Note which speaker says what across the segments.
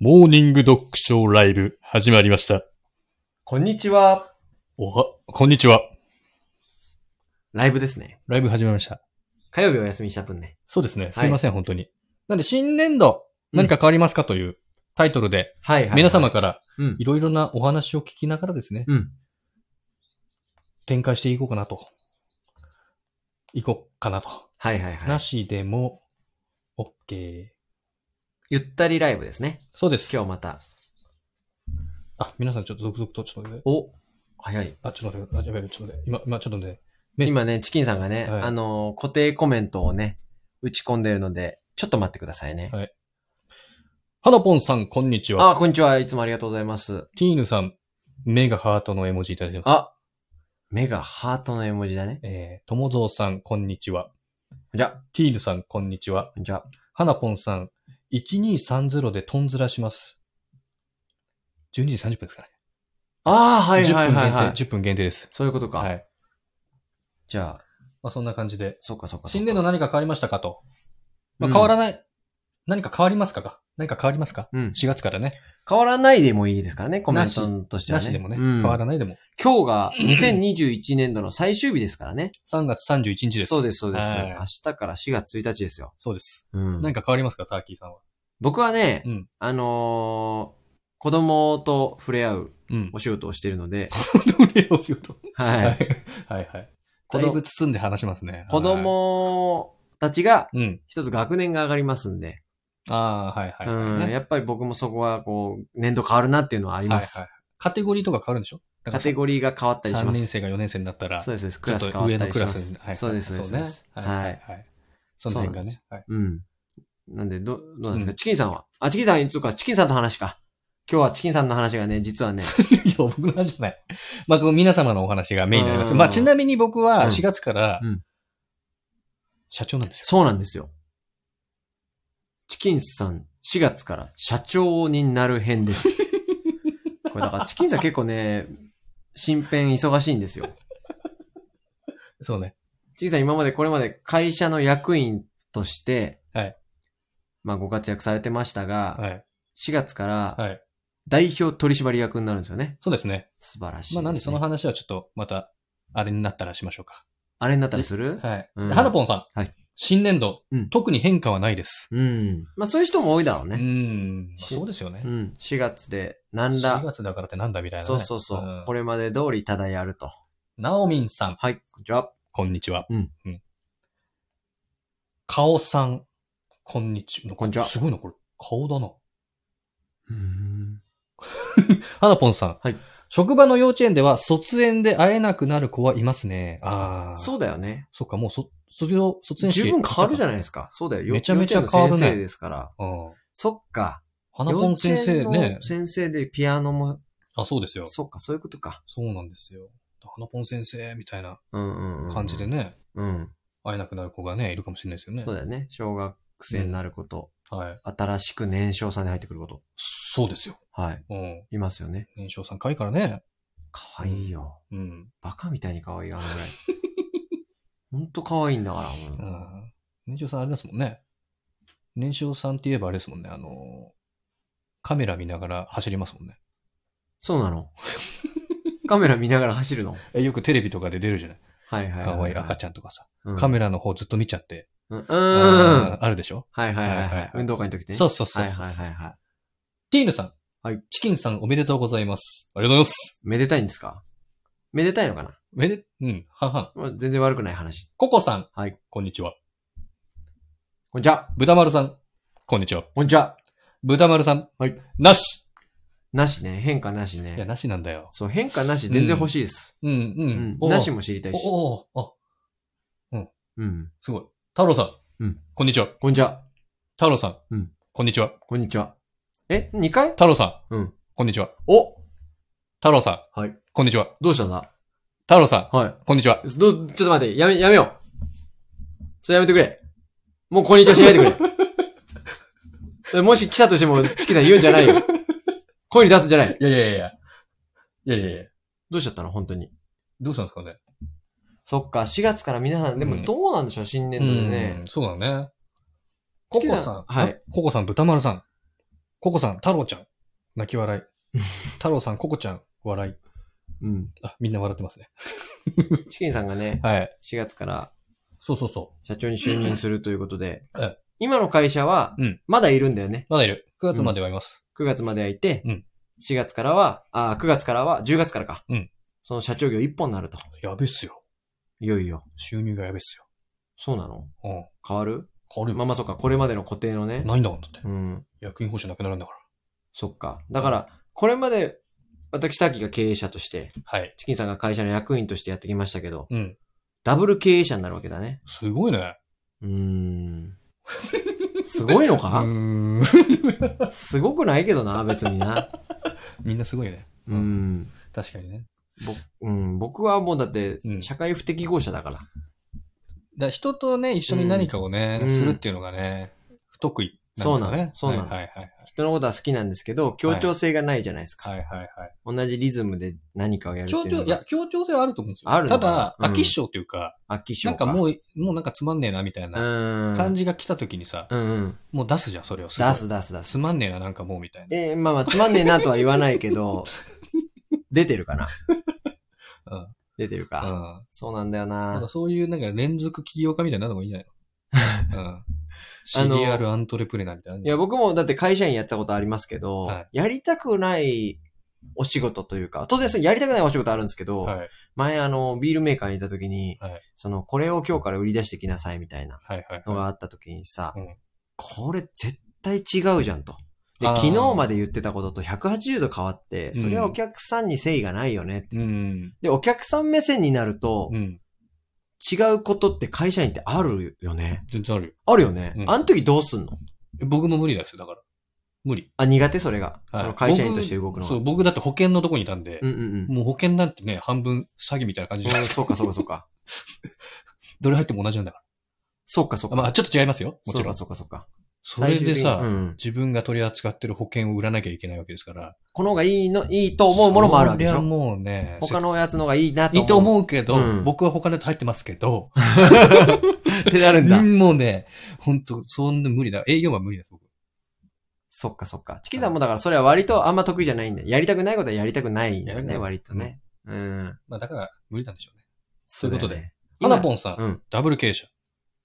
Speaker 1: モーニングドッグショーライブ始まりました。
Speaker 2: こんにちは。
Speaker 1: おは、こんにちは。
Speaker 2: ライブですね。
Speaker 1: ライブ始まりました。
Speaker 2: 火曜日お休みした分ね。
Speaker 1: そうですね。すいません、本当に。なんで、新年度、何か変わりますかというタイトルで、
Speaker 2: はいはい、
Speaker 1: 皆様。から
Speaker 2: うん
Speaker 1: い。ろいろなお話を聞きながらですね、
Speaker 2: うん。
Speaker 1: 展開していこうかなと。いこうかなと。
Speaker 2: はいはいは。
Speaker 1: ないしでも、OK。
Speaker 2: ゆったりライブですね。
Speaker 1: そうです。
Speaker 2: 今日また。
Speaker 1: あ、皆さんちょっと続々と、ちょっと待って。
Speaker 2: お、早い。
Speaker 1: あ、ちょっと待って。あ、やばい、ちょっと待って。今、今ちょっと待って。え
Speaker 2: 今ね、チキンさんがね、
Speaker 1: はい
Speaker 2: あのー、固定コメントをね、打ち込んでるので、ちょっと待ってくださいね。
Speaker 1: はいはなぽんさん、こんにちは。
Speaker 2: あ、こんにちは。いつもありがとうございます。
Speaker 1: ティーヌさん、目がハートの絵文字いただいてます。
Speaker 2: あ、目がハートの絵文字だね。
Speaker 1: えー、ともぞうさん、こんにちは。
Speaker 2: じゃ、
Speaker 1: ティーヌさん、こんにちは。
Speaker 2: じゃ、
Speaker 1: はなぽんさん、1230でトンズラします。12時30分ですかね。
Speaker 2: あー、はいはいはいは
Speaker 1: 10
Speaker 2: い。
Speaker 1: 分限定、10分限定です。
Speaker 2: そういうことか。
Speaker 1: はい。
Speaker 2: じゃあ、
Speaker 1: まあ、そんな感じで。
Speaker 2: そっかそっかそっか。
Speaker 1: 新年度何か変わりましたかと。ま
Speaker 2: う
Speaker 1: あ、
Speaker 2: ん
Speaker 1: 変わらない、何か変わりますかか何か変わりますか
Speaker 2: うん。
Speaker 1: ?4 月からね。
Speaker 2: 変わらないでもいいですからね、コメントとしては
Speaker 1: な
Speaker 2: ね。
Speaker 1: しでもね、
Speaker 2: うん
Speaker 1: 変わらないでも。
Speaker 2: 今日が2021年度の最終日ですからね。
Speaker 1: 3月31日です。
Speaker 2: そうです、そうです。
Speaker 1: はい
Speaker 2: 明日から4月1日ですよ。
Speaker 1: そうです。
Speaker 2: うん
Speaker 1: 何か変わりますかターキーさんは。
Speaker 2: 僕はね、
Speaker 1: うん
Speaker 2: あのー子供と触れ合う
Speaker 1: うん。
Speaker 2: お仕事をしているので、
Speaker 1: どれを仕事はい
Speaker 2: はい。
Speaker 1: はいはい。
Speaker 2: 子
Speaker 1: だいぶ
Speaker 2: 供
Speaker 1: 包んで話しますね。
Speaker 2: 子供たちが
Speaker 1: はい。うん。
Speaker 2: 一つ学年が上がりますんで、
Speaker 1: ああ、はいはいはい、
Speaker 2: うん、
Speaker 1: ね
Speaker 2: やっぱり僕もそこはこう、年度変わるなっていうのはあり
Speaker 1: は
Speaker 2: ま
Speaker 1: い
Speaker 2: す。
Speaker 1: はい。カテゴリーとか変わるんでしょ
Speaker 2: カテゴリーが変わったりし
Speaker 1: 3
Speaker 2: ます。
Speaker 1: 年生が4年生になったら、
Speaker 2: そうです、そうです。
Speaker 1: ち
Speaker 2: ク
Speaker 1: ょっ
Speaker 2: ラ
Speaker 1: と
Speaker 2: ス変わっ
Speaker 1: 上
Speaker 2: た
Speaker 1: の
Speaker 2: り
Speaker 1: ク
Speaker 2: し
Speaker 1: ラ
Speaker 2: ま
Speaker 1: スに
Speaker 2: す。
Speaker 1: はい
Speaker 2: そうです、そうです。そうです
Speaker 1: ね。はいは
Speaker 2: はいい。
Speaker 1: はい。その辺がね。はい
Speaker 2: うん。なんで、ど、どうなんですか、
Speaker 1: うん
Speaker 2: チキンさんはあ、チキンさん、そうか、チキンさんの話か。今日はチキンさんの話がね、実はね、
Speaker 1: いや、 僕の話じゃない。まあ、この皆様のお話がメインになります。
Speaker 2: うん
Speaker 1: まあ、ちなみに僕は
Speaker 2: うん
Speaker 1: 4月から
Speaker 2: うん、
Speaker 1: 社長なんですよ。
Speaker 2: そうなんですよ。チキンさん、4月から社長になる編です。 これだから、チキンさん結構ね、新編忙しいんですよ。
Speaker 1: そうね。
Speaker 2: チキンさん今までこれまで会社の役員として、
Speaker 1: はい
Speaker 2: まあご活躍されてましたが、
Speaker 1: はい。
Speaker 2: 4月から
Speaker 1: はい。
Speaker 2: 代表取締役になるんですよね。
Speaker 1: そうですね。
Speaker 2: 素晴らしいすね、
Speaker 1: まあ、なんでその話はちょっと、また、あれになったらしましょうか。
Speaker 2: あれになったりする
Speaker 1: はい。
Speaker 2: うん
Speaker 1: ハナポンさん。
Speaker 2: はい
Speaker 1: 新年度、
Speaker 2: うん
Speaker 1: 特に変化はないです。
Speaker 2: うん。まあそういう人も多いだろう
Speaker 1: う
Speaker 2: ね。
Speaker 1: ん。まあそうですよね
Speaker 2: う。ん。4月で、なん
Speaker 1: 4
Speaker 2: ら、
Speaker 1: 月だからってなんだみたいな、ね。
Speaker 2: そうそうそう、
Speaker 1: ん
Speaker 2: これまで通りただやると。
Speaker 1: なおみんさん、
Speaker 2: はい、じゃあ、
Speaker 1: こんにちは。
Speaker 2: うん。
Speaker 1: かおさん、こんにちは。
Speaker 2: こんにちは
Speaker 1: すごいな、これ。顔だな。
Speaker 2: うん。
Speaker 1: はなぽんさん。
Speaker 2: はい。
Speaker 1: 職場の幼稚園では卒園で会えなくなる子はいますね。ああ。
Speaker 2: そうだよね。
Speaker 1: そっか、もうそ、卒業、卒園式。
Speaker 2: 十分変わるじゃ
Speaker 1: ない
Speaker 2: ないですか。そうだよ。よ
Speaker 1: めちゃめちゃ
Speaker 2: 幼稚園の
Speaker 1: 変わるね
Speaker 2: 先生ですから。
Speaker 1: うん。
Speaker 2: そっか。
Speaker 1: はなぽん先
Speaker 2: 幼
Speaker 1: 生
Speaker 2: 稚園の
Speaker 1: ね。
Speaker 2: 先生でピアノも、
Speaker 1: あ、そうですよ。
Speaker 2: そっか、そういうことか。
Speaker 1: そうなんですよ。はなぽん先生みたいな
Speaker 2: うんうん、うん。
Speaker 1: 感じで
Speaker 2: ね。
Speaker 1: ね、
Speaker 2: うん。
Speaker 1: 会えなくなる子がね、いるかもしれないですよね
Speaker 2: そう。だよね。小学生になること、
Speaker 1: はい。
Speaker 2: 新しく年少さんに入ってくること。
Speaker 1: そうですよ。
Speaker 2: はい。
Speaker 1: うん。
Speaker 2: いますよね。
Speaker 1: 年少さん可愛いからね。
Speaker 2: かわいいよ。
Speaker 1: うん。
Speaker 2: バカみたいに可愛いよ、あのぐらい。 ほんと可愛いんだから。もう
Speaker 1: うん。年少さんあれですもんね。年少さんって言えばあれですもんね。あの、カメラ見ながら走りますもんね。
Speaker 2: そうなの カメラ見ながら走るの
Speaker 1: えよくテレビとかで出るじゃない。
Speaker 2: はいはい。
Speaker 1: 可愛い赤
Speaker 2: ち
Speaker 1: ちゃんとかさ。
Speaker 2: ゃん
Speaker 1: カメラの方ずっと見ちゃって。
Speaker 2: ラ。うん。うん
Speaker 1: あーあるでしょ
Speaker 2: はいはいはい
Speaker 1: はいは
Speaker 2: はいい。運動会の時ね。
Speaker 1: そうそうそう
Speaker 2: はい
Speaker 1: そう
Speaker 2: はいはいはい。
Speaker 1: ティーヌさん。
Speaker 2: はい。
Speaker 1: チキンさんおめでとうございます。ありがとうございます。
Speaker 2: めでたいんですかめでたいのかな
Speaker 1: めで、うん、半々。
Speaker 2: まあ全然悪くない話。
Speaker 1: ココさん。
Speaker 2: はい。
Speaker 1: こんにちは。
Speaker 2: こんにちは。
Speaker 1: 豚丸さん。こんにちは。
Speaker 2: こんにちは。
Speaker 1: 豚丸さん。
Speaker 2: はい。
Speaker 1: なし。
Speaker 2: なしね。変化なし
Speaker 1: いや、
Speaker 2: ね。
Speaker 1: なしなんだよ。
Speaker 2: そう、変化なし全然欲しいです。
Speaker 1: うん、う
Speaker 2: うんん。。
Speaker 1: おう
Speaker 2: なしも知りたいし。
Speaker 1: おおあ、
Speaker 2: うん。
Speaker 1: すごい。太郎さん。
Speaker 2: うん。
Speaker 1: こんにちは。
Speaker 2: こんにちは。
Speaker 1: 太郎さん。
Speaker 2: うん。
Speaker 1: こんにちは。
Speaker 2: こんにちは。え ?2 回
Speaker 1: 太郎さん。
Speaker 2: うん。
Speaker 1: こんにちは。
Speaker 2: お
Speaker 1: 太郎さん。
Speaker 2: はい。
Speaker 1: こんにちは。
Speaker 2: どうしたんだ
Speaker 1: 太郎さん。
Speaker 2: はい。
Speaker 1: こんにちは。
Speaker 2: ど、ちょっと待って、やめ、やめよう。それやめてくれ。もうこんにちはしないでく れ。もし来たとしても、チキさん言うんじゃないよ。声に出すんじゃない。
Speaker 1: いやいやいや。いやいやいや。
Speaker 2: どうしちゃったの本当に。
Speaker 1: どうしたんですかね。
Speaker 2: そっか、4月から皆さん、で
Speaker 1: う
Speaker 2: も
Speaker 1: ん
Speaker 2: どうなんでしょう、新年度でね
Speaker 1: うん。。そうだね。コ
Speaker 2: チキ
Speaker 1: コ
Speaker 2: ン
Speaker 1: さん。
Speaker 2: はい
Speaker 1: あ。ココさん、豚丸さん。ココさん、太郎ちゃん、泣き笑い。 太郎さん、ココちゃん、笑い。
Speaker 2: うん。
Speaker 1: あ、みんな笑ってますね。
Speaker 2: チキンさんがね、
Speaker 1: はい。
Speaker 2: 4月から
Speaker 1: そうそうそ
Speaker 2: 社長に就任するということで
Speaker 1: え、
Speaker 2: 今の会社は
Speaker 1: うん、
Speaker 2: まだいるんだよね。
Speaker 1: う。まだいる。9月まではいます。
Speaker 2: 9月まではいて
Speaker 1: うん、
Speaker 2: 4月からは、あ、9月からは、10月からか
Speaker 1: うん。
Speaker 2: その社長業一本になると。
Speaker 1: やべっすよ。
Speaker 2: いよいよ。
Speaker 1: 収入がやべっすよ。
Speaker 2: そうなの
Speaker 1: うん。
Speaker 2: 変わる
Speaker 1: 変わるよ。
Speaker 2: まあまあそっか、これまでの固定のね。
Speaker 1: ないんだもん、だって。
Speaker 2: うん。
Speaker 1: 役員報酬なくなるんだか
Speaker 2: そっか。だから、これまで、私、タキが経営者として、
Speaker 1: ら。はい。
Speaker 2: チキンさんが会社の役員としてやってきましたけど、
Speaker 1: うん。
Speaker 2: ダブル経営者になるわけだね。
Speaker 1: すごいね。
Speaker 2: う ーん。すごいの
Speaker 1: う
Speaker 2: か
Speaker 1: ーん。
Speaker 2: すごくないけどな、別 にな。
Speaker 1: みんなすごいね。
Speaker 2: うん。
Speaker 1: 確かにね。
Speaker 2: ぼうん、僕はもうだって
Speaker 1: う、ん
Speaker 2: 社会不適合者だから。
Speaker 1: だから人とね、一緒に何かをね、
Speaker 2: うん
Speaker 1: するっていうのがね、不得意なんですよね。
Speaker 2: そうなのそうなの
Speaker 1: はいはい
Speaker 2: 人のことは好きなんですけど、協調性がないじゃないですか。
Speaker 1: はい。はいはいはい。
Speaker 2: 同じリズムで何かをやるっていう
Speaker 1: 協
Speaker 2: の
Speaker 1: 調、いや、協調性はあると思うんですよ。
Speaker 2: あるの
Speaker 1: た
Speaker 2: かな
Speaker 1: だ、
Speaker 2: うん
Speaker 1: 飽き性というか、
Speaker 2: 飽き性
Speaker 1: なんか
Speaker 2: う、。
Speaker 1: もう、もうなんかつまんねえなみたいうなん感じが来た時にさ、
Speaker 2: うんうん。
Speaker 1: もう出すじゃん、それを。
Speaker 2: 出す。出す出す。
Speaker 1: つまんねえな、なんかもうみたいな。
Speaker 2: えー、まあまあ、つまんねえなとは言わない けど、出てるかな。
Speaker 1: うん
Speaker 2: 出てる
Speaker 1: う
Speaker 2: か。
Speaker 1: ん。
Speaker 2: そうなんだよ
Speaker 1: なん
Speaker 2: な
Speaker 1: か。そういうなんか連続起業家みたいなのがいいんじゃ ないのうん。シ
Speaker 2: の
Speaker 1: リアルアントレプレナーみたいなのある
Speaker 2: い
Speaker 1: じゃん。
Speaker 2: や、僕もだって会社員やってたことありますけど、
Speaker 1: はい
Speaker 2: やりたくないお仕事というか、当然そのやりたくないお仕事あるんですけど、
Speaker 1: はい。
Speaker 2: 前あの、ビールメーカーにいた時に、
Speaker 1: はい
Speaker 2: その、これを今日から売り出してきなさいみたいな
Speaker 1: はいはい
Speaker 2: の
Speaker 1: はい。
Speaker 2: があった時にさ、
Speaker 1: うん
Speaker 2: これ絶対違うじゃんと。で、
Speaker 1: あー
Speaker 2: 昨日まで言ってたことと180度変わって、それはお客さんに誠意がないよねって。
Speaker 1: うん。
Speaker 2: で、お客さん目線になると、
Speaker 1: うん。
Speaker 2: 違うことって会社員ってあるよね。
Speaker 1: 全然あるよ。
Speaker 2: あるよね。
Speaker 1: うん
Speaker 2: あの時どうすんの
Speaker 1: え僕も無理だです、だから。無理。
Speaker 2: あ、苦手それが。
Speaker 1: はい
Speaker 2: その会社員として動く
Speaker 1: 僕
Speaker 2: のは。
Speaker 1: そう、僕だって保険のとこにいたんで
Speaker 2: う、んうんうん。
Speaker 1: もう保険なんてね、半分詐欺みたいな感じじゃ
Speaker 2: う
Speaker 1: ない
Speaker 2: ん
Speaker 1: ですか。
Speaker 2: そうかそうかそうか。
Speaker 1: どれ入っても同じなんだか
Speaker 2: そうかそう
Speaker 1: ら。
Speaker 2: か。
Speaker 1: まあ、ちょっと違いますよ。も
Speaker 2: そ
Speaker 1: ち
Speaker 2: う
Speaker 1: ろ
Speaker 2: か
Speaker 1: ん。
Speaker 2: そうかそうか。
Speaker 1: それでさ、
Speaker 2: 最終的にうん
Speaker 1: 自分が取り扱ってる保険を売らなきゃいけないわけですから。
Speaker 2: この方がいいの、いいと思うものもあるわけでし
Speaker 1: そりゃ
Speaker 2: ょ
Speaker 1: もうね、
Speaker 2: 他のやつの方がいいなと
Speaker 1: い
Speaker 2: 思う。
Speaker 1: いと思うけど、
Speaker 2: うん
Speaker 1: 僕は他のやつ入ってますけど、
Speaker 2: ってなるんだ。
Speaker 1: もうね、ほんと、そんな無理だ。営業は無理です、僕。
Speaker 2: そっかそっか。チキンさんもだからそれは割とあんま得意じゃないんだよ。やりたくないことはやりたくないんだよ
Speaker 1: やりたく
Speaker 2: ね、
Speaker 1: ない
Speaker 2: 割とね。うん。
Speaker 1: まあ、だから、無理なんでしょうね。
Speaker 2: そ
Speaker 1: そういうこと
Speaker 2: だよ
Speaker 1: で
Speaker 2: ね。。
Speaker 1: アナポ
Speaker 2: ン。
Speaker 1: ンさん、
Speaker 2: うん。
Speaker 1: ダブル経営者。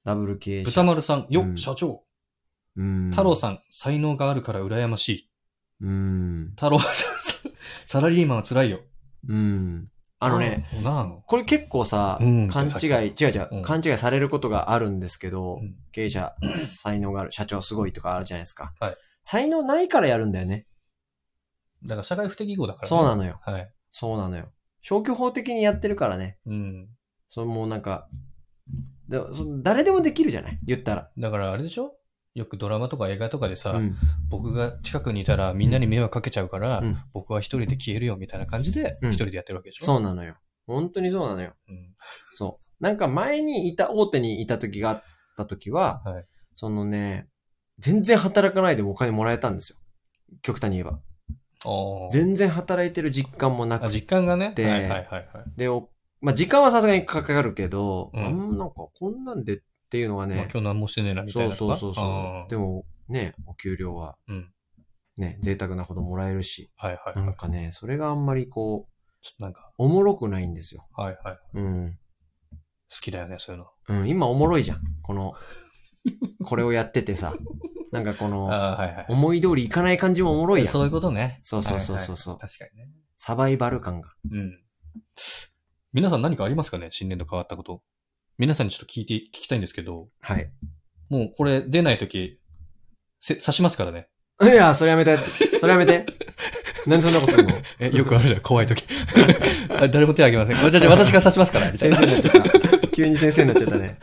Speaker 2: ダブル経営
Speaker 1: 豚
Speaker 2: 者。
Speaker 1: 丸さん、よっ、
Speaker 2: うん
Speaker 1: 社長。
Speaker 2: うん
Speaker 1: 太郎さん、才能があるから羨ましい。
Speaker 2: うん。
Speaker 1: 太郎さん、サラリーマンは辛いよ。
Speaker 2: うん。あのね、、
Speaker 1: なあの。
Speaker 2: これ結構さ、
Speaker 1: うん
Speaker 2: 勘違い、違う違う、
Speaker 1: うん
Speaker 2: 勘違いされることがあるんですけど、
Speaker 1: うん
Speaker 2: 経営者、才能がある、社長すごいとかあるじゃないですか。
Speaker 1: はい
Speaker 2: 才能ないからやるんだよね。
Speaker 1: だから社会不適合だから、
Speaker 2: そうな
Speaker 1: の。
Speaker 2: のよ。
Speaker 1: はい。
Speaker 2: そうなのよ。消去法的にやってるからね。
Speaker 1: うん。
Speaker 2: それもうなんか、でそ誰でもできるじゃない言ったら。
Speaker 1: だからあれでしょよくドラマとか映画とかでさ、
Speaker 2: うん。
Speaker 1: 僕が近くにいたらみんなに迷惑かけちゃうから、
Speaker 2: うん
Speaker 1: 僕は一人で消えるよみたいな感じで、
Speaker 2: うん
Speaker 1: 一人でやってるわけでしょ、
Speaker 2: そうなのよ。本当にそうなのよ。
Speaker 1: うん
Speaker 2: そう。なんか前にいた、大手にいた時があった時は、
Speaker 1: はい
Speaker 2: そのね、全然働かないでもお金もらえたんですよ。極端に言えば。
Speaker 1: あー
Speaker 2: 全然働いてる実感もな
Speaker 1: あ
Speaker 2: く
Speaker 1: 実感がね。
Speaker 2: で
Speaker 1: はいはいはいはい。
Speaker 2: で、おまあ、時間はさすがにかかるけど、
Speaker 1: うん
Speaker 2: あんなんかこんなんでっていうのは
Speaker 1: まあ
Speaker 2: ね、
Speaker 1: 今日何もしてねえなみたい
Speaker 2: そ
Speaker 1: なと
Speaker 2: う
Speaker 1: か。
Speaker 2: そうそうそ
Speaker 1: あー
Speaker 2: う。でもね、お給料は
Speaker 1: うん。
Speaker 2: ね、贅沢なほどもらえるし、
Speaker 1: はいはい
Speaker 2: な
Speaker 1: はい。
Speaker 2: んかね、それがあんまりこう、
Speaker 1: ちょっとなんか、
Speaker 2: おもろくないんですよ。
Speaker 1: はいはい。好
Speaker 2: うん。
Speaker 1: きだよね、そういうの。
Speaker 2: うん、今おもろいじゃん。この、これをやっててさ、なんかこの、
Speaker 1: ああー、はいはい。
Speaker 2: 思い通りいかない感じもおもろいやん。
Speaker 1: そういうことね。
Speaker 2: そうそうそうそうそう
Speaker 1: はいはい確かにね。
Speaker 2: サバイバル感が。
Speaker 1: うん。皆さん何かありますかね新年度変わったこと。皆さんにちょっと聞いて、聞きたいんですけど、
Speaker 2: はい。
Speaker 1: もうこれ出ないとき、せ刺しますからね。
Speaker 2: いや、それやめて。それや めて。なんでそんなことするの
Speaker 1: え、よくあるじゃん、怖いとき。 あ誰も手挙げません。じゃあじゃあ私が刺しますから、みたい な。
Speaker 2: 先生になっちゃった。急に先生になっちゃった ね。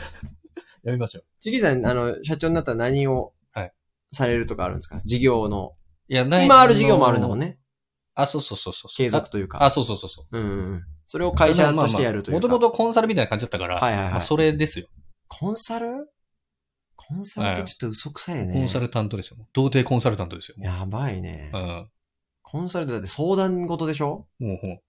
Speaker 1: やめましょう。
Speaker 2: チキさん、あの、社長になったら何を
Speaker 1: はい
Speaker 2: されるとかあるんですか事業の。
Speaker 1: いや、ない。
Speaker 2: 今ある事業もあるんだもん。ね。
Speaker 1: あ、そうそうそうそう。
Speaker 2: 継続という
Speaker 1: あ。あ、
Speaker 2: か。
Speaker 1: そうそうそうそう。
Speaker 2: うんうんうん。それを会社としてやるというか。
Speaker 1: もともとコンサルみたいな感じだったから、
Speaker 2: はいはいはい
Speaker 1: まあそれですよ。
Speaker 2: コンサルコンサルってちょっと嘘くさいよね。
Speaker 1: コンサルタントですよ。童貞コンサルタントですよ。
Speaker 2: やばいね
Speaker 1: う。ん。
Speaker 2: コンサルってだって相談事でしょ
Speaker 1: もうほう。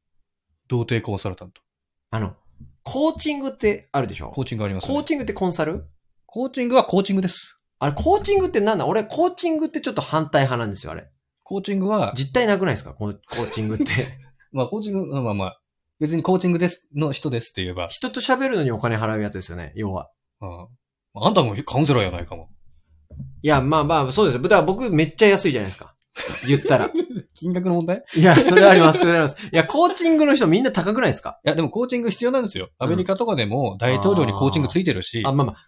Speaker 1: 童貞コンサルタント。
Speaker 2: あの、コーチングってあるでしょ
Speaker 1: コーチングあります、ね、
Speaker 2: コーチングってコンサル
Speaker 1: コーチングはコーチングです。
Speaker 2: あれ、コーチングってなんだ俺、コーチングってちょっと反対派なんですよ、あれ。
Speaker 1: コーチングは、
Speaker 2: 実態なくないですかこのコーチングって。
Speaker 1: まあコーチング、まあまあまあ、別にコーチングです、の人ですって言えば、
Speaker 2: 人と喋るのにお金払うやつですよね、要は。
Speaker 1: うん。あんたもカウンセラーやないかも。
Speaker 2: いや、まあまあ、そうですよ。だから僕めっちゃ安いじゃないですか。言ったら。
Speaker 1: 金額の問題 い
Speaker 2: いや、それはあります、それはあります。いや、コーチングの人みんな高くないですか
Speaker 1: や、でもコーチング必要なんですよ。アメリカとかでも大統領にコーチングついてるし、
Speaker 2: あ、まあまあ。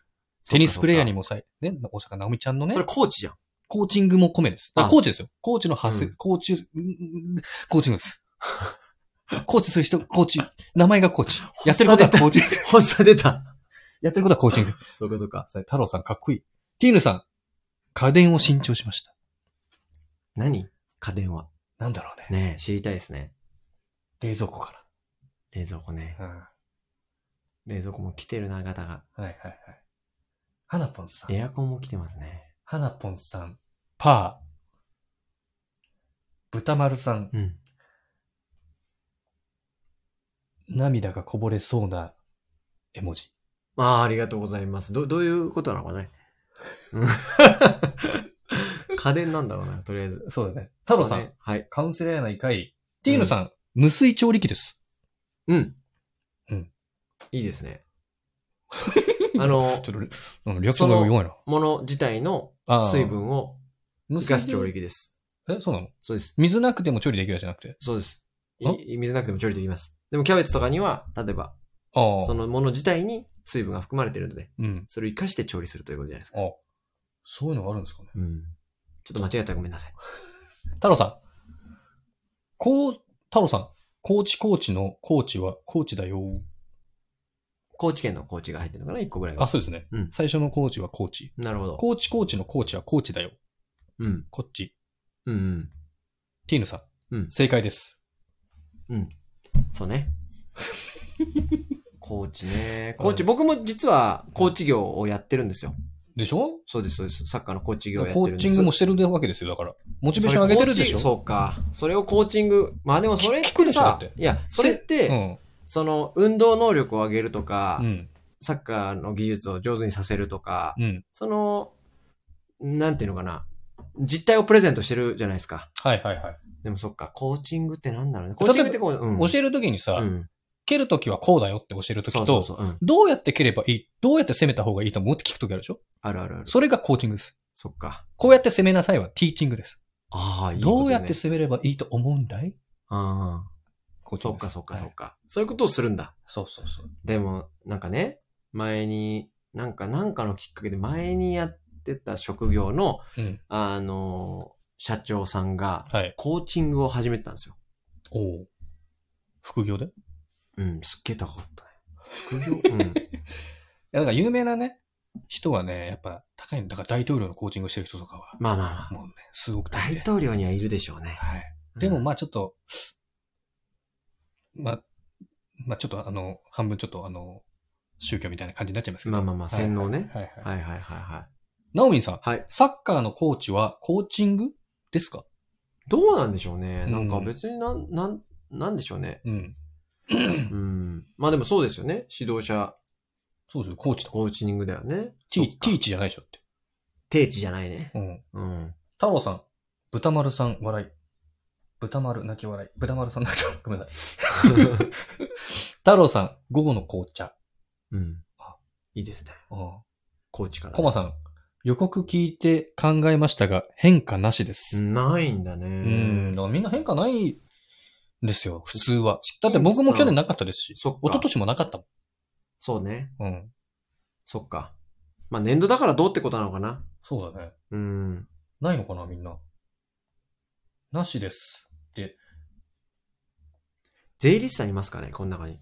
Speaker 1: テニスプレイヤーに
Speaker 2: も。
Speaker 1: もさ、ね、大阪直美ちゃんのね
Speaker 2: そ、れコーチじゃん。
Speaker 1: コーチングも込めです。あ、
Speaker 2: あ
Speaker 1: コーチですよ。コーチの発生、
Speaker 2: うん
Speaker 1: コーチ、うんコーチングです。コーチする人、コーチ。名前がコーチ。やってることは コーチ。
Speaker 2: 本当出た。
Speaker 1: やってることはコーチング。
Speaker 2: そうかそうか。
Speaker 1: さ太郎さんかっこいい。ティーヌさん、家電を新調しました。
Speaker 2: 何家電は。
Speaker 1: なんだろうね。
Speaker 2: ねえ、知りたいですね。
Speaker 1: 冷蔵庫か
Speaker 2: 冷蔵庫ね。
Speaker 1: ら。うん。
Speaker 2: 冷蔵庫も来てるな、方が。
Speaker 1: はいはいはい。はなぽんさん。
Speaker 2: エアコンも来てますね。
Speaker 1: はなぽんさん。パー。豚丸さん。
Speaker 2: うん。
Speaker 1: 涙がこぼれそうな絵文字。
Speaker 2: ああ、ありがとうございます。ど、どういうことなのかね。うん 家電なんだろうな、とりあえず。
Speaker 1: そうだね。太郎さん、
Speaker 2: ねはい。
Speaker 1: カウンセラーやないかい。ティーヌさん、無水調理器です。
Speaker 2: うん。
Speaker 1: うん。
Speaker 2: いいです ね。あの、
Speaker 1: ちょっと、うんリアクションが弱いな。
Speaker 2: もの自体の
Speaker 1: あー
Speaker 2: 水分を
Speaker 1: 無
Speaker 2: 生かす調理器です。
Speaker 1: え、そうなの
Speaker 2: そうです。
Speaker 1: 水なくても調理できるじゃなくて。
Speaker 2: そうです。
Speaker 1: あ
Speaker 2: い水なくても調理できます。でもキャベツとかには、例えば、
Speaker 1: ああ。
Speaker 2: そのもの自体に水分が含まれているので、
Speaker 1: うん。
Speaker 2: それを生かして調理するということじゃないですか。
Speaker 1: あそういうのがあるんですかね。
Speaker 2: うん。ちょっと間違えたらごめんなさい。
Speaker 1: 太郎さん。こう、太郎さん。高知高知の高知は高知だよ。
Speaker 2: 高知県の高知が入ってるのかな一個ぐらいが
Speaker 1: あ、。そうですね。
Speaker 2: うん
Speaker 1: 最初の高知は高知。
Speaker 2: なるほど。
Speaker 1: 高知高知の高知は高知だよ。
Speaker 2: うん。
Speaker 1: こっち。
Speaker 2: うんうん。
Speaker 1: ティーヌさん。
Speaker 2: うん
Speaker 1: 正解です。
Speaker 2: そ うね。高知ね。高知、僕も実は高知業をやってるんですよ。
Speaker 1: でしょ
Speaker 2: そうです、そうです。サッカーのコーチ業をやって
Speaker 1: コ
Speaker 2: るん
Speaker 1: ー
Speaker 2: です
Speaker 1: チングもしてるわけですよ。だから。モチベーション上げてるでしょ
Speaker 2: それコーチそうか。それをコーチング。まあでもそれっ
Speaker 1: 聞くで
Speaker 2: て
Speaker 1: しょだ
Speaker 2: さ
Speaker 1: って、
Speaker 2: いや、それって、
Speaker 1: うん。
Speaker 2: その、運動能力を上げるとか、
Speaker 1: うん。
Speaker 2: サッカーの技術を上手にさせるとか、
Speaker 1: うん。
Speaker 2: その、なんていうのかな。実態をプレゼントしてるじゃないですか。
Speaker 1: はいはいはい。
Speaker 2: でもそっか、コーチングってなんだろうね。
Speaker 1: 例
Speaker 2: コ
Speaker 1: えば
Speaker 2: ーチングってこう、うん。
Speaker 1: 教えるときにさ、
Speaker 2: うん。
Speaker 1: 蹴るときはこうだよって教えるとき
Speaker 2: そ
Speaker 1: と、
Speaker 2: うそうそう。うん。
Speaker 1: どうやって蹴ればいいどうやって攻めた方がいいと思うって聞くときあるでしょ
Speaker 2: あるあるある。
Speaker 1: それがコーチングです。
Speaker 2: そっか。
Speaker 1: こうやって攻めなさいはティーチングです。
Speaker 2: ああ、いいこと、ね。
Speaker 1: どうやって攻めればいいと思うんだい
Speaker 2: あ
Speaker 1: コー
Speaker 2: あ、
Speaker 1: チン
Speaker 2: そ
Speaker 1: グ
Speaker 2: っ
Speaker 1: で
Speaker 2: か
Speaker 1: す
Speaker 2: そっかそ
Speaker 1: は
Speaker 2: っ
Speaker 1: い
Speaker 2: か。そういうことをするんだ。
Speaker 1: そうそうそう。
Speaker 2: でも、なんかね、前に、なんか、なんかのきっかけで前にやってた職業の、
Speaker 1: うん。
Speaker 2: あの、社長さんが、
Speaker 1: はい。
Speaker 2: コーチングを始めたんですよ。
Speaker 1: おお。副業でい
Speaker 2: うん、すっげえ高かったね。 副業うん。
Speaker 1: や、だから有名なね、人はね、やっぱ高いの。だから大統領のコーチングしてる人とかは、
Speaker 2: まあまあまあ。
Speaker 1: もうね、すごく高い
Speaker 2: 大
Speaker 1: んで。
Speaker 2: 統領にはいるでしょうね。
Speaker 1: はい。でも
Speaker 2: うん
Speaker 1: まあちょっと、まあ、まあちょっとあの、半分ちょっとあの、宗教みたいな感じになっちゃいますけど。
Speaker 2: まあまあまあ、洗脳ね。
Speaker 1: はいはいはい。
Speaker 2: はいはいはいは
Speaker 1: ナオミンさん、
Speaker 2: い。はい。
Speaker 1: サッカーのコーチはコーチングですか
Speaker 2: どうなんでしょうね。なんか
Speaker 1: うん
Speaker 2: 別になん、なん、なんでしょうね。
Speaker 1: うん。
Speaker 2: うん。まあでもそうですよね。指導者、
Speaker 1: そうですよ、コーチとか。
Speaker 2: コーチングだよね。
Speaker 1: ティ
Speaker 2: そっ
Speaker 1: ー
Speaker 2: か
Speaker 1: ティーチじゃないでしょって。
Speaker 2: 定置じゃないね。
Speaker 1: うん。
Speaker 2: うん。
Speaker 1: 太郎さん、豚丸さん、笑い。豚丸、泣き笑い。豚丸さん、泣き笑い。ごめんなさい。太郎さん、午後の紅茶。
Speaker 2: うん
Speaker 1: あ。
Speaker 2: いいですね。
Speaker 1: うん
Speaker 2: コーチから。
Speaker 1: コマさん、予告聞いて考えましたが、変化なしです。
Speaker 2: ないんだ
Speaker 1: うん、
Speaker 2: ね。
Speaker 1: だからみんな変化ないんですよ、普通は。だって僕も去年なかったですし、一
Speaker 2: そっか。
Speaker 1: 昨年もなかったも
Speaker 2: そうね。
Speaker 1: ん。うん。
Speaker 2: そっか。まあ年度だからどうってことなのかな。
Speaker 1: そうだね。
Speaker 2: うん。
Speaker 1: ないのかな、みんな。なしです。
Speaker 2: 税理士さんいますかねこの中に。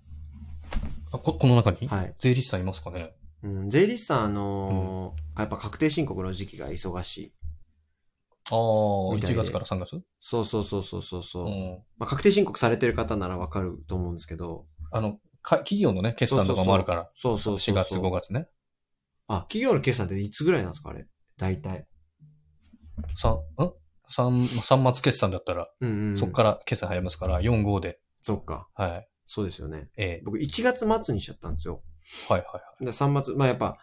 Speaker 1: あ、こ、この中に、
Speaker 2: はい。
Speaker 1: 税理士さんいますかね
Speaker 2: うん。税理士さん、あのーやっぱ確定申告の時期が忙しい。
Speaker 1: ああ、
Speaker 2: みたい
Speaker 1: 1
Speaker 2: で
Speaker 1: 月から3月
Speaker 2: そうそうそうそうそうそうう。
Speaker 1: ん。
Speaker 2: まあ確定申告されてる方ならわかると思うんですけど。
Speaker 1: あの、か企業のね、決算とかもあるから。
Speaker 2: そうそうそうそう。
Speaker 1: 4月5月ね。
Speaker 2: あ、企業の決算っていつぐらいなんですかあれ。大体。
Speaker 1: 三、ん三、三末決算だったら、
Speaker 2: うんうんうん。
Speaker 1: そっから決算入りますから、4、5で。
Speaker 2: そっか。
Speaker 1: はい。
Speaker 2: そうですよね。
Speaker 1: ええ
Speaker 2: 僕1月末にしちゃったんですよ。
Speaker 1: はいはいはい。
Speaker 2: で、3月、まあやっぱ、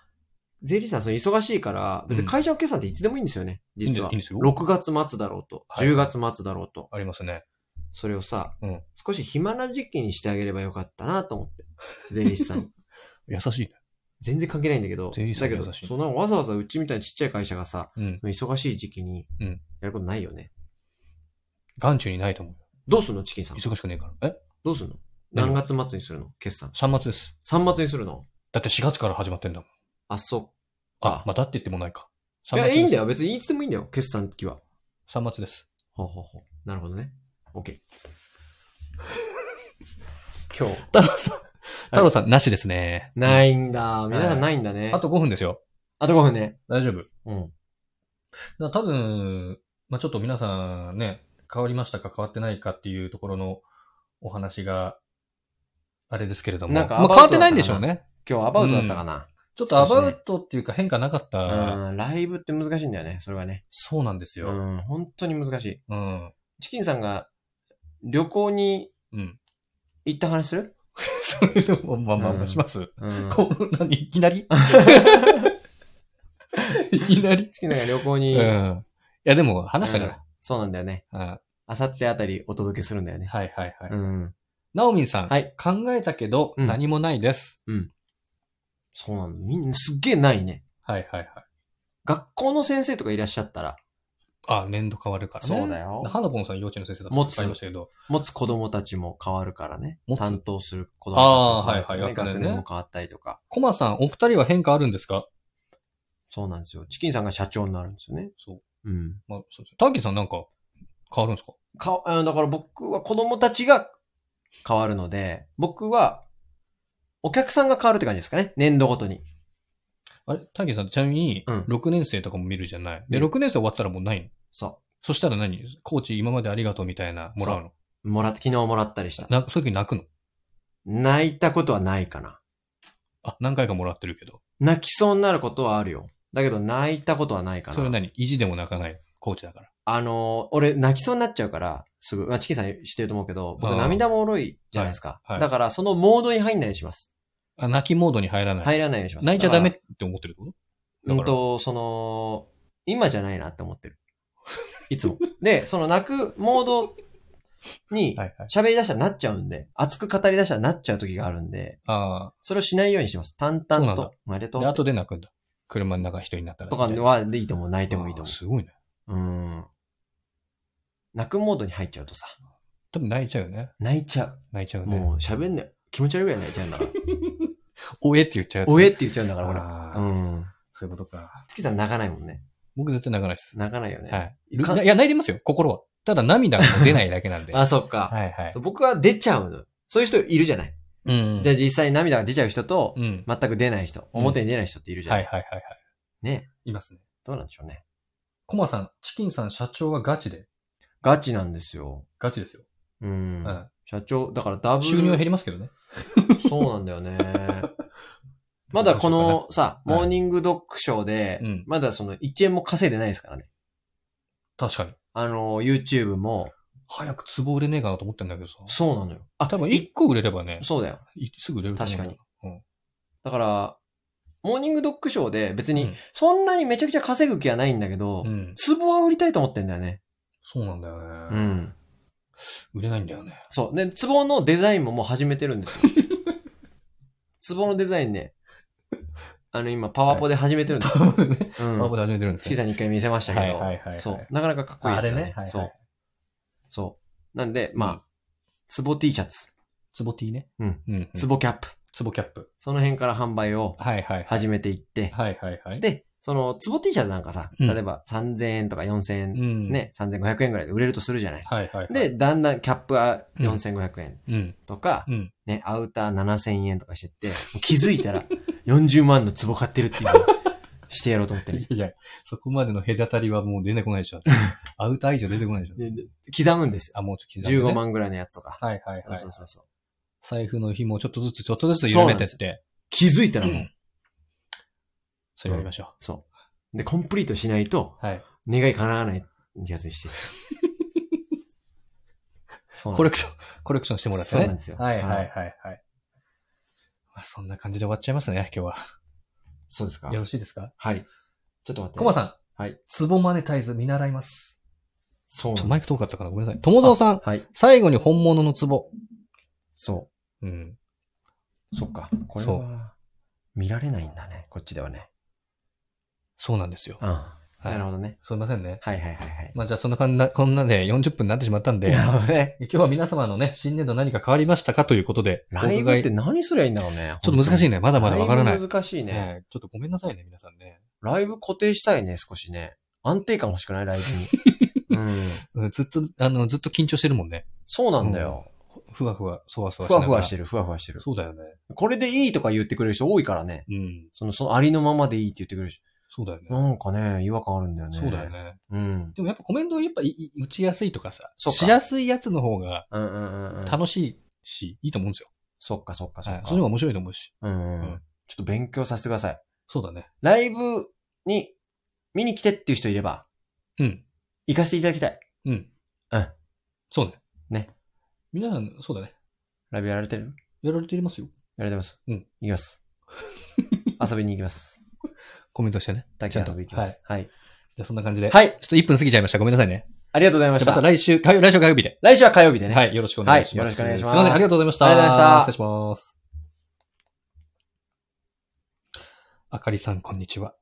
Speaker 2: 税理士さん、その忙しいから、別に会社の決算っていつでもいいんですよね、
Speaker 1: いいん
Speaker 2: 実
Speaker 1: で
Speaker 2: は。
Speaker 1: いいんですよ
Speaker 2: 6月末だろうと、
Speaker 1: はい
Speaker 2: 10月末だろうと、
Speaker 1: ありますね。
Speaker 2: それをさ、
Speaker 1: うん
Speaker 2: 少し暇な時期にしてあげればよかったなと思って、税理士さん に。
Speaker 1: 優しいね。
Speaker 2: 全然関係ないんだけど、
Speaker 1: 税理士さ
Speaker 2: だ
Speaker 1: ん
Speaker 2: け
Speaker 1: 優しい
Speaker 2: ど、そんなわざわざうちみたいなちっちゃい会社がさ、
Speaker 1: うん。
Speaker 2: 忙しい時期に
Speaker 1: うん
Speaker 2: やることないよね。
Speaker 1: 眼中にないと思う。
Speaker 2: どうすんのチキンさん。
Speaker 1: 忙しくねえから。え
Speaker 2: どうすんの
Speaker 1: 何
Speaker 2: 何
Speaker 1: が
Speaker 2: 月末にするの決算。
Speaker 1: ?3 月です。
Speaker 2: 3月にするの
Speaker 1: だって4月から始まってんだもん。
Speaker 2: あ、そ
Speaker 1: あ
Speaker 2: あ、
Speaker 1: まあ、だって言ってもないか。
Speaker 2: う。
Speaker 1: 3
Speaker 2: いや、
Speaker 1: 月
Speaker 2: いいんだ
Speaker 1: よ。
Speaker 2: よ。別にいつでもいいんだよ。決算の時は。
Speaker 1: 3月です。
Speaker 2: ほうほうほう。なるほどね。OK。今日。
Speaker 1: 太郎さん、 太郎さん、なしですね。
Speaker 2: ないんだ。皆さんないんだね。
Speaker 1: あと、5分ですよ。
Speaker 2: あと5分ね。
Speaker 1: 大丈夫。
Speaker 2: うん。
Speaker 1: だから多分、まあ、ちょっと皆さんね、変わりましたか変わってないかっていうところのお話が、あれですけれども。
Speaker 2: なんか
Speaker 1: まあ、
Speaker 2: アバ
Speaker 1: 変
Speaker 2: ウト
Speaker 1: わ
Speaker 2: だ
Speaker 1: っ
Speaker 2: っ
Speaker 1: て
Speaker 2: たかな
Speaker 1: ないんでしょうね。
Speaker 2: 今日アバウトだったかな。
Speaker 1: ちょっとアバウトっていうか変化なかっ
Speaker 2: う
Speaker 1: た。
Speaker 2: ん。ライブって難しいんだよね。それがね。
Speaker 1: そうなんです
Speaker 2: う
Speaker 1: よ。
Speaker 2: ん。本当に難しい。
Speaker 1: うん。
Speaker 2: チキンさんが旅行に
Speaker 1: うん。
Speaker 2: 行った話する
Speaker 1: それでも、まあまあま
Speaker 2: う
Speaker 1: あ、
Speaker 2: ん
Speaker 1: します。
Speaker 2: うん。
Speaker 1: こう、何いきな りいきなり
Speaker 2: チキンさんが旅行
Speaker 1: う
Speaker 2: に。
Speaker 1: ん。いや、でも、話したから。
Speaker 2: そうなんだよね。
Speaker 1: うん
Speaker 2: あさってあたりお届けするんだよね。
Speaker 1: はいはいはい。
Speaker 2: うん。
Speaker 1: なおみんさん。
Speaker 2: はい
Speaker 1: 考えたけど、
Speaker 2: うん
Speaker 1: 何もないです。
Speaker 2: そうなの。みんなすっげえないね。
Speaker 1: はいはいはい。
Speaker 2: 学校の先生とかいらっしゃったら、
Speaker 1: あ、年度変わるからね。
Speaker 2: そうだよ
Speaker 1: ハナポンさん幼稚園の先生だった
Speaker 2: 持
Speaker 1: っ
Speaker 2: つ
Speaker 1: て言いましたけど。
Speaker 2: 持つ子供たちも変わるからね
Speaker 1: 持。つ
Speaker 2: 担当する子供
Speaker 1: あ
Speaker 2: た
Speaker 1: ー
Speaker 2: ちも変わるから
Speaker 1: はいはい学年ね
Speaker 2: ね、学年も変わったりとか。
Speaker 1: コマさん、お二人は変化あるんですか
Speaker 2: そうなんですよ。チキンさんが社長になるんですよね。
Speaker 1: そう。
Speaker 2: うん。
Speaker 1: まあ、そうですターキーさんなんか変わるんですか
Speaker 2: か、あだから僕は子供たちが変わるので、僕はお客さんが変わるって感じですかね。年度ごとに。
Speaker 1: あれターキーさん、ちなみに、
Speaker 2: うん
Speaker 1: 6年生とかも見るじゃない。で、
Speaker 2: うん
Speaker 1: 6年生終わったらもうないの。
Speaker 2: そ
Speaker 1: そしたら何コーチ今までありがとうみたいな、もらうの。
Speaker 2: う。もらっ、昨日もらったりした。
Speaker 1: なそういう時泣くの
Speaker 2: 泣いたことはないかな。
Speaker 1: あ、何回かもらってるけど。
Speaker 2: 泣きそうになることはあるよ。だけど泣いたことはないかな。
Speaker 1: それ何意地でも泣かない。コーチだから。
Speaker 2: あのー、俺泣きそうになっちゃうから、すぐ、まあ、チキンさん知ってると思うけど、
Speaker 1: あ
Speaker 2: 僕
Speaker 1: ー
Speaker 2: 涙もろいじゃないですか。
Speaker 1: はいはい
Speaker 2: だからそのモードに入んないようにします。
Speaker 1: あ、泣きモードに入らない。
Speaker 2: 入らないようにします。
Speaker 1: 泣いちゃダメっ
Speaker 2: だか
Speaker 1: て思ってるってこ
Speaker 2: ら。
Speaker 1: だ
Speaker 2: う
Speaker 1: か
Speaker 2: ん
Speaker 1: ら
Speaker 2: と、その、今じゃないなって思っ てる。いつも。で、その泣くモードに
Speaker 1: とはいはい。
Speaker 2: 喋り出したらなっちゃうんで、熱く語り出したらなっちゃう時があるんで、
Speaker 1: あ
Speaker 2: それをしないようにします。淡
Speaker 1: そうな
Speaker 2: 々
Speaker 1: んだ
Speaker 2: と、ありが
Speaker 1: あ。
Speaker 2: とう
Speaker 1: で、後で泣くんだ。車の中一人になったら。
Speaker 2: とかはいいと思う。泣いてもいいと
Speaker 1: あ
Speaker 2: 思
Speaker 1: すごいね。
Speaker 2: う。うん。泣くモードに入っちゃうとさ、
Speaker 1: 多分泣いちゃうよね。
Speaker 2: 泣いちゃう。
Speaker 1: 泣いちゃうね。
Speaker 2: もう喋んない。気持ち悪いぐらい泣いちゃうんだから。
Speaker 1: おえって言っちゃうやつ。
Speaker 2: おえって言っちゃうんだから、
Speaker 1: あ
Speaker 2: 俺。
Speaker 1: ー
Speaker 2: うん。
Speaker 1: そういうことか。
Speaker 2: 月さん泣かないもんね。
Speaker 1: 僕絶対泣かないです。
Speaker 2: 泣かないよね。
Speaker 1: はい。
Speaker 2: か
Speaker 1: いや、泣いてますよ、心は。ただ涙が出ないだけなんで。は
Speaker 2: あ、そっか、
Speaker 1: いはい
Speaker 2: そう。僕は出ちゃうの。そういう人いるじゃない。
Speaker 1: うん。
Speaker 2: じゃあ実際涙が出ちゃう人と、
Speaker 1: うん。
Speaker 2: 全く出ない人、
Speaker 1: うん
Speaker 2: 表に出ない人っているじゃ
Speaker 1: は
Speaker 2: ない
Speaker 1: はい
Speaker 2: い。
Speaker 1: はいはい。
Speaker 2: ね。
Speaker 1: いますね。
Speaker 2: どうなんでしょうね。
Speaker 1: コマさん、チキンさん、社長はガチで。
Speaker 2: ガチなんですよ。
Speaker 1: ガチですよ。
Speaker 2: うん。
Speaker 1: うん
Speaker 2: 社長、だからダブル。
Speaker 1: 収入は減
Speaker 2: り
Speaker 1: りますけどね。
Speaker 2: そうなんだ よね。まだこのさ、
Speaker 1: はい
Speaker 2: モーニングドッグショーで、
Speaker 1: うん
Speaker 2: まだその1円も稼いでないですからね。
Speaker 1: 確かに。
Speaker 2: あの、YouTube も、
Speaker 1: 早く壺売れねえかなと思ってんだけどさ。
Speaker 2: そうなのよ。あ、
Speaker 1: 多分1個売れればね、
Speaker 2: そうだよ。
Speaker 1: いすぐ売れると思うんだよ。
Speaker 2: だから、モーニングドッグショーで別
Speaker 1: うん
Speaker 2: に、そんなにめちゃくちゃ稼ぐ気はないんだけど、
Speaker 1: うん。
Speaker 2: ツボは売りたいと思ってんだよね。
Speaker 1: そうなんだよ
Speaker 2: う
Speaker 1: ね。
Speaker 2: ん。
Speaker 1: 売れないんだよ ね。
Speaker 2: そう。で、ツボのデザインももう始めてる んですよ。ツボのデザインね、あの今パワポで始めてるんですよ。うん。
Speaker 1: パパで始めてるんです
Speaker 2: チキ
Speaker 1: け
Speaker 2: さ
Speaker 1: ど。
Speaker 2: んに一回見せましたけど、
Speaker 1: はいはいはいはい
Speaker 2: そう。なかなかかっこいい
Speaker 1: あ
Speaker 2: やつ
Speaker 1: れ
Speaker 2: だね
Speaker 1: ね。はいはい
Speaker 2: そう。そう。なんで、まあ、ツボ T シャツ、
Speaker 1: 壺 T ね。
Speaker 2: うん。
Speaker 1: うん。
Speaker 2: ツボキャップ、
Speaker 1: 壺キャップ。
Speaker 2: その辺から販売を
Speaker 1: はいはいはい。
Speaker 2: 始めていって、
Speaker 1: はいはいはい。
Speaker 2: で、その、ツボ T シャツなんかさ、
Speaker 1: うん
Speaker 2: 例えば3000円とか4000円、
Speaker 1: うん。。
Speaker 2: ね、3500円ぐらいで売れるとするじゃない。
Speaker 1: はいはいはい。
Speaker 2: で、、だんだんキャップは4500円
Speaker 1: うん。
Speaker 2: とか、
Speaker 1: うん。
Speaker 2: ね、アウター7000円とかしてって、もう気づいたら40万の壺買ってるっていうのをしてやろうと思ってる。
Speaker 1: いや、そこまでの隔たりはもう出てこないでし ょ。アウター以上出てこ ないでしょ。
Speaker 2: でで刻むんですよ。
Speaker 1: あ、もうちょっと刻んでね
Speaker 2: 15。万ぐらいのやつとか。
Speaker 1: はいはいはい
Speaker 2: そう。そうそう。
Speaker 1: 財布の紐をちょっとずつ、ちょっとずつ緩めてって、
Speaker 2: 気づいたらもう、
Speaker 1: それやりましょ
Speaker 2: そう。で、コンプリートしないと、
Speaker 1: う。はい。
Speaker 2: 願い叶わないやつ にして。そうなん
Speaker 1: コレ
Speaker 2: です
Speaker 1: クション、コレクションしてもらってね。
Speaker 2: そうなんですよ
Speaker 1: はいはいはいはい。まあ、そんな感じで終わっちゃいますね、今日は。
Speaker 2: そうですか
Speaker 1: よろしいですか
Speaker 2: はい。ちょっと待って。
Speaker 1: コマさん。
Speaker 2: はい。
Speaker 1: ツボマネタイズ見習います。
Speaker 2: そう
Speaker 1: ちょ、
Speaker 2: なん
Speaker 1: マイ
Speaker 2: で
Speaker 1: ク
Speaker 2: す。
Speaker 1: 遠かったからごめんなさい。友蔵さん、
Speaker 2: はい。
Speaker 1: 最後に本物のツボ。
Speaker 2: そ
Speaker 1: うん。
Speaker 2: う。そっか。これ
Speaker 1: そ
Speaker 2: は、見られないんだね。こっちではね。
Speaker 1: そうなんですよ。
Speaker 2: うん。
Speaker 1: い
Speaker 2: なるほどね。
Speaker 1: すいませんね。
Speaker 2: はいはいはいはい。
Speaker 1: まあじゃあそんなかんな、こんなで40分になってしまったんで、
Speaker 2: なる
Speaker 1: 今
Speaker 2: ほどね。
Speaker 1: 日は皆様のね、新年度何か変わりましたかということで、
Speaker 2: ライ
Speaker 1: お
Speaker 2: ブ
Speaker 1: 伺
Speaker 2: っ
Speaker 1: い
Speaker 2: て何すりゃいいんだろうね。
Speaker 1: ちょっと難しいね。まだ
Speaker 2: 本当
Speaker 1: ま
Speaker 2: に
Speaker 1: だわからない。
Speaker 2: ライブ難しいね。
Speaker 1: ええちょっとごめんなさいね、皆さんね。
Speaker 2: ライブ固定したいね、少しね。安定感欲しくないライ ブに。うん。
Speaker 1: うんずっと、あの、ずっと緊張してるもんね。
Speaker 2: そうなんだよ。
Speaker 1: ふわふわ、そわそわし
Speaker 2: ふ
Speaker 1: ながら。
Speaker 2: わふわして
Speaker 1: る。
Speaker 2: る、ふわふわしてる。
Speaker 1: そうだよね。
Speaker 2: これでいいとか言ってくれる人多いからね。
Speaker 1: うん。
Speaker 2: その、そのありのままでいいって言ってくれる人。
Speaker 1: そうだよね。
Speaker 2: なんかね、違和感あるんだよね。
Speaker 1: そうだよ。ね。
Speaker 2: うん。
Speaker 1: でもやっぱコメントをやっぱいい打ちやすいとかさ、
Speaker 2: そうか
Speaker 1: しやすいやつの方が
Speaker 2: うんうんうんうん。
Speaker 1: 楽しいし、いいと思うんですよ。
Speaker 2: そっかそっかそ
Speaker 1: は
Speaker 2: っ
Speaker 1: い。
Speaker 2: か。
Speaker 1: それの方が面白いと思うし。
Speaker 2: うんう
Speaker 1: うん
Speaker 2: ん。ちょっと勉強させてください。
Speaker 1: そうだね。
Speaker 2: ライブに見に来てっていう人いれば、
Speaker 1: うん。
Speaker 2: 行かせていただきたい。
Speaker 1: うん。
Speaker 2: うん。
Speaker 1: そうね。
Speaker 2: ね。
Speaker 1: 皆さん、そうだね。
Speaker 2: ライブやられてる
Speaker 1: やられていますよ。
Speaker 2: やられてます。
Speaker 1: うん。
Speaker 2: 行き ます。遊びに行きます。
Speaker 1: コメントしてね。
Speaker 2: 体験遊び行きます。はい。
Speaker 1: じゃあそんな感じで。
Speaker 2: はい。
Speaker 1: ちょっと1分過ぎちゃいました。ごめんなさいね。
Speaker 2: ありがとうございま
Speaker 1: じ
Speaker 2: し
Speaker 1: ゃあま
Speaker 2: た
Speaker 1: た。来週、火曜来週火曜日で。
Speaker 2: 来週は火曜日でね。
Speaker 1: はい。よろしくお願いします。
Speaker 2: はいよろしくお願いします
Speaker 1: すいません。ありがとうございました。
Speaker 2: ありがとうございました
Speaker 1: 失礼します。あかりさん、こんにちは。